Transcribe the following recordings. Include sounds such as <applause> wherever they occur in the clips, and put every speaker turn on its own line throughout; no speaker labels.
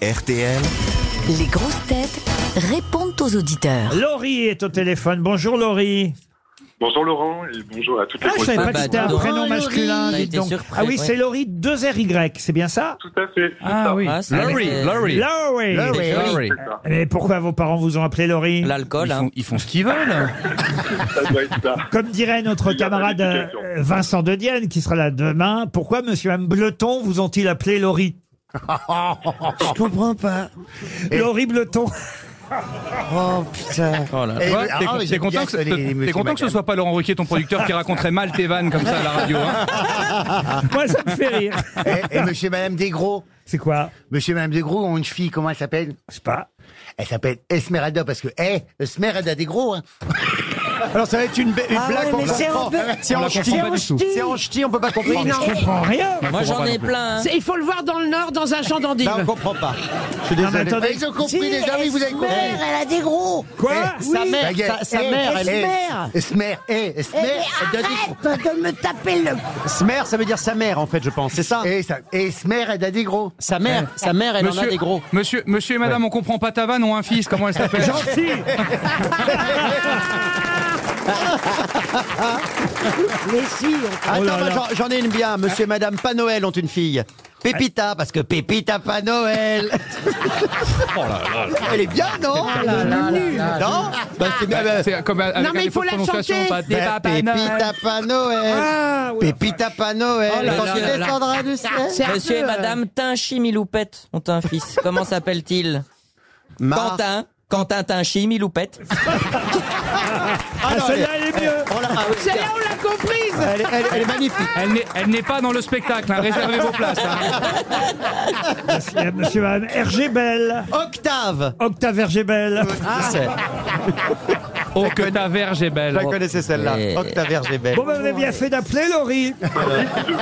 RTL.
Les grosses têtes répondent aux auditeurs.
Laurie est au téléphone. Bonjour Laurie.
Bonjour Laurent et bonjour à toutes
Ah,
les
je
grosses
savais
têtes.
pas
bah,
que c'était un
dis donc.
prénom
Oh,
masculin. dites
Laurie. T'as été
donc.
surprise,
ah oui,
ouais.
c'est Laurie 2RY, c'est bien ça
Tout à fait.
Ah oui, ah, ça,
Laurie,
c'est- Eh
Laurie.
Laurie.
C'est joli.
Laurie.
c'est ça.
Mais pourquoi vos parents vous ont appelé Laurie
L'alcool,
Ils
hein.
font, ils font ce qu'ils veulent.
<laughs>
Ça doit être ça.
Comme dirait notre
Il y a pas
camarade
d'explication.
euh, Vincent De Dienne, qui sera là demain, pourquoi monsieur M. Bleton vous ont-ils
<laughs>
appelé Laurie
Je comprends pas.
<laughs>
Laurie Bleton.
Oh putain.
Oh là là.
Eh,
Ouais,
ah,
t'es-
j'aime
T'es
bien
content, que,
ça, les- les
t'es- t'es
monsieur,
content que ce
madame.
soit pas Laurent Ruquier, ton producteur, qui raconterait mal tes vannes comme ça à la radio.
<laughs>
hein
Moi, ça me fait rire.
Et, et Eh, monsieur et madame Desgros
C'est quoi
Monsieur et madame Desgros ont une fille, comment elle s'appelle
Je sais pas.
Elle s'appelle Esmeralda parce que, hé, Esmeralda Desgros. Hein.
Alors ça va être une, be- une
Ah
blague
ouais,
pour
mais c'est un peu-
C'est en ch'ti,
comprend pas du tout.
c'est en ch'ti, on peut pas comprendre.
Je comprends rien.
Moi, j'en ai plein. hein.
C'est- Il faut le voir dans le nord, dans un champ d'endive.
Là, on comprend pas. Je suis
Non, mais
désolé.
attendez.
Ah, Ils ont compris les amis, vous avez compris.
a des gros.
Quoi
Sa mère,
La gueule.
sa, sa
Eh,
mère,
eh,
elle est.
eh, Esmer, hé,
Eh,
Esmer, Esmeralda Desgros.
Arrête de me taper le.
Smer, ça veut dire sa mère en fait, je pense. C'est ça.
Et ça, Esmeralda Desgros.
Sa mère,
Eh.
sa mère, elle en a des
<laughs>
Oh.
gros.
monsieur, monsieur et madame, on comprend pas ta vanne, ont un fils, comment elle s'appelle
Gentil.
Ah
Mais si.
Oh
Attends,
là
bah,
là.
j'en- j'en ai une bien. Monsieur et Madame Pas Noël ont une fille. Pépita, parce que Pépita Pas Noël. Elle est bien, non Non Bah, c'est bien, bah,
C'est comme avec
Non, mais
un
il faut
défaut de
la
prononciation,
chanter.
pas des
bah,
papas Noël.
Pépita Pas Noël.
Ah, oui.
Pépita Pas
Oh
Noël.
là
Quand
là
tu
là.
descendras du ciel.
Monsieur et madame Tinchi Miloupette ont un fils. Comment s'appelle-t-il
Mar-
Quentin. Quentin Tinchi Miloupette.
Ah, celle-là, elle est mieux.
Oh là, ah oui,
Celle-là, on l'a comprise.
elle, est- elle est- elle est magnifique.
Elle n'est- Elle n'est pas dans le spectacle, hein, réservez vos places. hein.
Merci à monsieur et madame Hergé Bell.
Octave.
Octave Hergé Bell.
Je sais.
Oh, que ta verge est belle.
Je la connaissais celle-là.
Mais-
Octave Hergébel.
Bon, ben, vous avez bien fait d'appeler Laurie.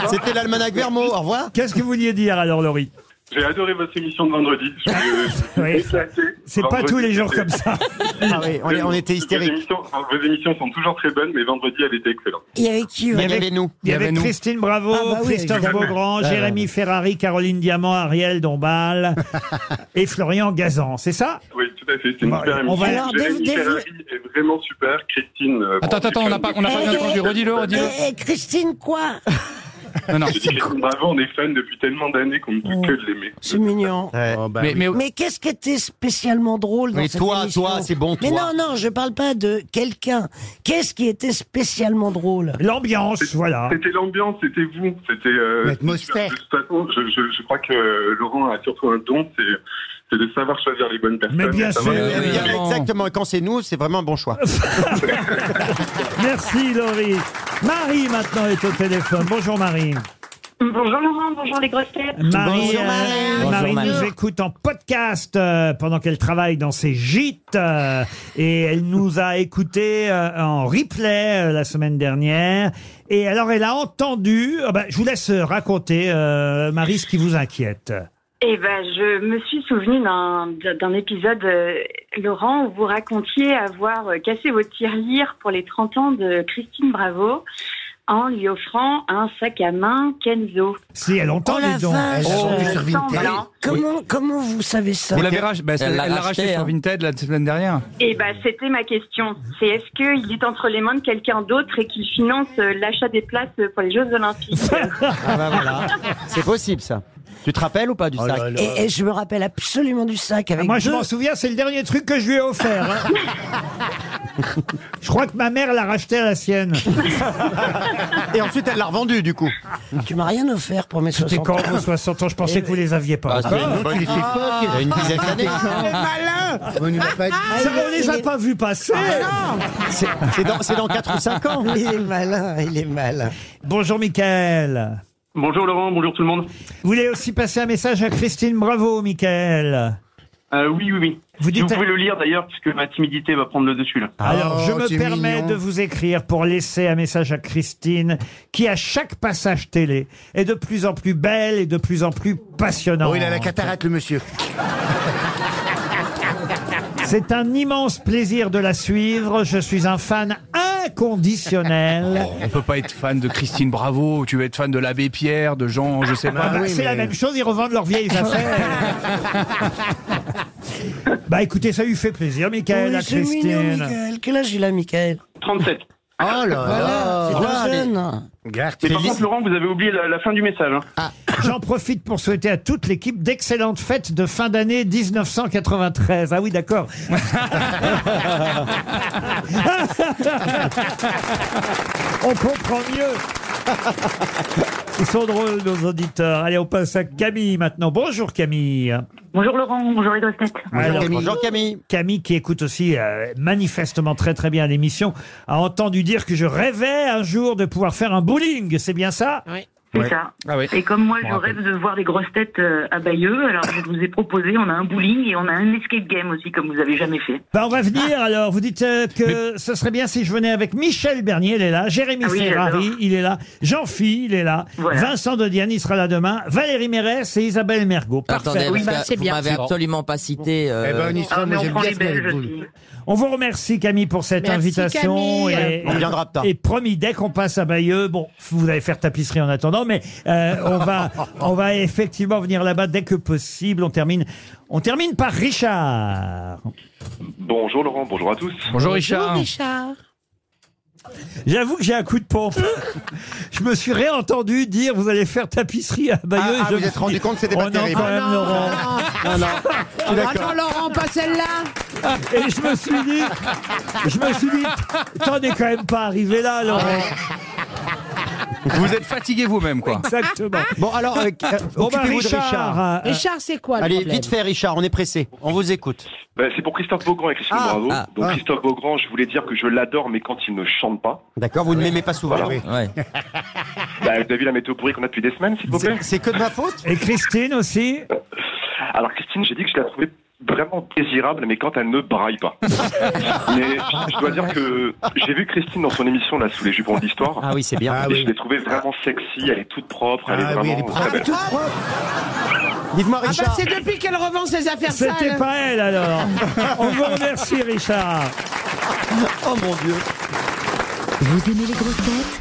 C'était l'almanach Vermo. Au revoir.
Qu'est-ce que vous vouliez dire alors, Laurie
J'ai adoré votre émission de vendredi. Je
<laughs>
me-
Oui.
éclaté.
C'est pas
Vendredi,
tous les jours
c'est-
comme ça.
Ah oui, on, est- on était
Vos
hystériques.
émissions, vos émissions sont toujours très bonnes, mais vendredi, elle était excellente.
Il y avait qui
Il y avait nous.
Il y avait
avait nous.
Christine Bravo,
Ah bah oui,
Christophe
évidemment.
Beaugrand, Jérémy Ferrari, Caroline Diamant, Ariel <laughs> Dombal et Florian Gazan. C'est ça
Oui, tout à fait. C'est une
Bon,
super
on va-
émission.
Alors, dès-
Jérémy
dès-
Ferrari est vraiment super. Christine. euh,
Attends,
bon,
attends,
c'est
on n'a
fan
pas,
de-
on n'a pas bien
eh,
entendu. Redis-le, redis-le.
Christine, quoi
Non, non.
J'ai dit Christine Bravo, on est fan depuis tellement d'années qu'on ne peut que de l'aimer.
C'est mignon.
Ouais.
Mais, mais
Mais qu'est-ce qui était spécialement drôle dans
Mais
cette
toi,
émission
toi, c'est bon,
Mais
toi.
non, non, je parle pas de quelqu'un. Qu'est-ce qui était spécialement drôle
L'ambiance, voilà.
C'était l'ambiance, c'était vous, c'était. euh,
L'atmosphère.
De toute façon, je, je- je crois que euh, Laurent a surtout un don, c'est c'est de savoir choisir les bonnes personnes. euh,
Mais bien
et savoir-
sûr.
Oui,
oui, oui.
Exactement, et quand c'est nous, c'est vraiment un bon choix.
Merci Laurie. Marie maintenant est au téléphone. Bonjour Marie.
Bonjour Laurent, bonjour les grosses têtes.
Marie,
Bonjour,
euh,
Marie.
Marie
Bonjour, Marie.
nous écoute en podcast euh, pendant qu'elle travaille dans ses gîtes euh, et elle nous a écouté euh, en replay euh, la semaine dernière. Et alors elle a entendu. ah bah, je vous laisse raconter euh, Marie ce qui vous inquiète.
Eh ben, je me suis souvenu d'un d'un épisode, euh, Laurent, où vous racontiez avoir euh, cassé votre tirelire pour les 30 ans de Christine Bravo en lui offrant un sac à main Kenzo.
Si elle entend
Oh la
les dons.
vache.
Oh,
euh,
sur Vinted.
semblant.
Comment, comment vous savez ça
vous l'avez racheté. bah, c'est-
Elle
elle
l'a
l'a
racheté,
racheté sur
hein.
Vinted la semaine dernière.
Eh ben, c'était ma question. C'est est-ce qu'il est entre les mains de quelqu'un d'autre et qu'il finance euh, l'achat des places pour les Jeux Olympiques
Ah bah voilà, c'est possible ça. Tu te rappelles ou pas du
Oh
sac
là là.
et, et je me rappelle absolument du sac avec
Moi, je
deux-
m'en souviens, c'est le dernier truc que je lui ai offert. hein.
<laughs>
je crois que ma mère l'a racheté à la sienne.
Et ensuite, elle l'a revendu du coup.
Tu m'as rien offert pour mes
C'était
60
quand vos 60 ans Je pensais que vous les aviez
Ah,
pas.
Ah,
encore.
bah,
Il était il y a une dizaine d'années.
On nous l'a pas
<laughs>
dit.
Ça, on les a pas vus passer.
Ah,
C'est c'est dans, c'est dans 4 ou 5 ans.
Il est malin, il est malin.
Bonjour, Michael.
Bonjour Laurent, bonjour tout le monde.
Vous voulez aussi passer un message à Christine Bravo, Michael.
Euh, oui, oui, oui.
Vous dites-
Vous pouvez le lire d'ailleurs, puisque ma timidité va prendre le dessus là.
Ah,
Alors, je
Oh,
me
c'est
permets
mignon.
de vous écrire pour laisser un message à Christine, qui à chaque passage télé est de plus en plus belle et de plus en plus passionnante.
Oh, il a la cataracte, le monsieur.
C'est un immense plaisir de la suivre. Je suis un fan inconditionnel.
Oh,
On peut pas être fan de Christine Bravo, tu veux être fan de l'abbé Pierre, de Jean, je sais
Ah
pas.
bah, c'est la même chose, ils revendent leurs
<laughs>
vieilles affaires. bah écoutez, ça lui fait plaisir, Michael, à
Oui, c'est mignon,
Christine.
Michael. Quel âge il a, Michael
37.
Oh là
C'est
là
tout jeune.
Regarde,
Mais
c'est
par
li-
contre, Laurent, vous avez oublié la, la fin du message. hein.
J'en profite pour souhaiter à toute l'équipe d'excellentes fêtes de fin d'année 1993. Ah oui, d'accord. On comprend mieux. Ils sont drôles, nos auditeurs. Allez, on passe à Camille maintenant. Bonjour Camille.
<laughs> Bonjour Laurent, bonjour les grosses têtes.
Alors,
Bonjour Camille.
Camille, qui écoute aussi euh, manifestement très très bien l'émission, a entendu dire que je rêvais un jour de pouvoir faire un bowling. C'est bien ça
C'est
Ouais.
ça.
Ah oui.
Et comme moi,
Je me
je
rappelle.
rêve de voir les grosses têtes euh, à Bayeux, alors je vous ai proposé, on a un bowling et on a un escape game aussi, comme vous avez jamais fait.
ben, On va
Ah.
venir alors. Vous dites euh, que ce serait bien si je venais avec Michel Bernier, il est là. Jérémy
Ah oui,
Ferrari,
j'adore.
il est là. Jean-Phi, il est là.
Voilà.
Vincent De Diane, il sera là demain. Valérie Mérès et Isabelle Mergot. Parfait.
Attendez,
Oui,
parce
bah,
que
c'est
vous
bien.
m'avez absolument pas cité. euh,
Eh ben, on y sera,
Ah, mais
moi
on
j'aime
prend
bien
les
ce mec
Belges
avec vous.
aussi.
On vous remercie Camille pour cette
Merci,
invitation.
Camille.
Et,
On viendra plus tard.
Et promis, dès qu'on passe à Bayeux, bon, vous allez faire tapisserie en attendant, mais euh, on
<laughs>
va, on va effectivement venir là-bas dès que possible. On termine, on termine par Richard.
Bonjour Laurent, bonjour à tous.
Bonjour Richard.
Bonjour Richard.
J'avoue que j'ai un coup de
<laughs>
pompe. Je me suis réentendu dire vous allez faire tapisserie à Bayeux.
Ah, ah,
et je
vous
me
êtes
suis
rendu
dit,
compte que c'était pas
oh non,
terrible. Ah
quand même, Laurent.
Non, non. Je suis
Ah
d'accord.
non, Laurent, pas celle-là.
Et je me suis dit, je me suis dit, t'en es quand même pas arrivé là, Laurent.
<laughs> Vous êtes fatigué vous-même, quoi.
Exactement.
Bon, alors, euh, euh,
Bon, bah,
occupez-vous de
Richard,
Richard.
euh,
Richard, c'est quoi le
Allez,
problème
vite fait, Richard, on est pressé. On vous écoute.
Ben, c'est pour Christophe Beaugrand et Christine
Ah,
Bravo.
ah,
Donc
ah.
Christophe Beaugrand, je voulais dire que je l'adore, mais quand il ne chante pas,
D'accord, vous ne m'aimez pas souvent.
Voilà.
ouais.
ben, vous avez vu la météo pourrie qu'on a depuis des semaines, s'il vous plaît
C'est- C'est que de ma faute
Et Christine aussi.
Alors Christine, j'ai dit que je la trouvais vraiment désirable, mais quand elle ne braille pas. mais je dois dire que j'ai vu Christine dans son émission là sous les jupons de l'histoire.
Ah oui, c'est bien.
Ah
et
oui.
je l'ai trouvée vraiment sexy, elle est toute propre, elle est
Ah oui,
vraiment
elle est propre.
très belle.
Dites-moi,
ben,
Ah bah
Richard.
c'est depuis qu'elle revend ses affaires
C'était
sales.
pas elle alors. On vous remercie Richard.
oh mon Dieu.
Vous aimez les grosses têtes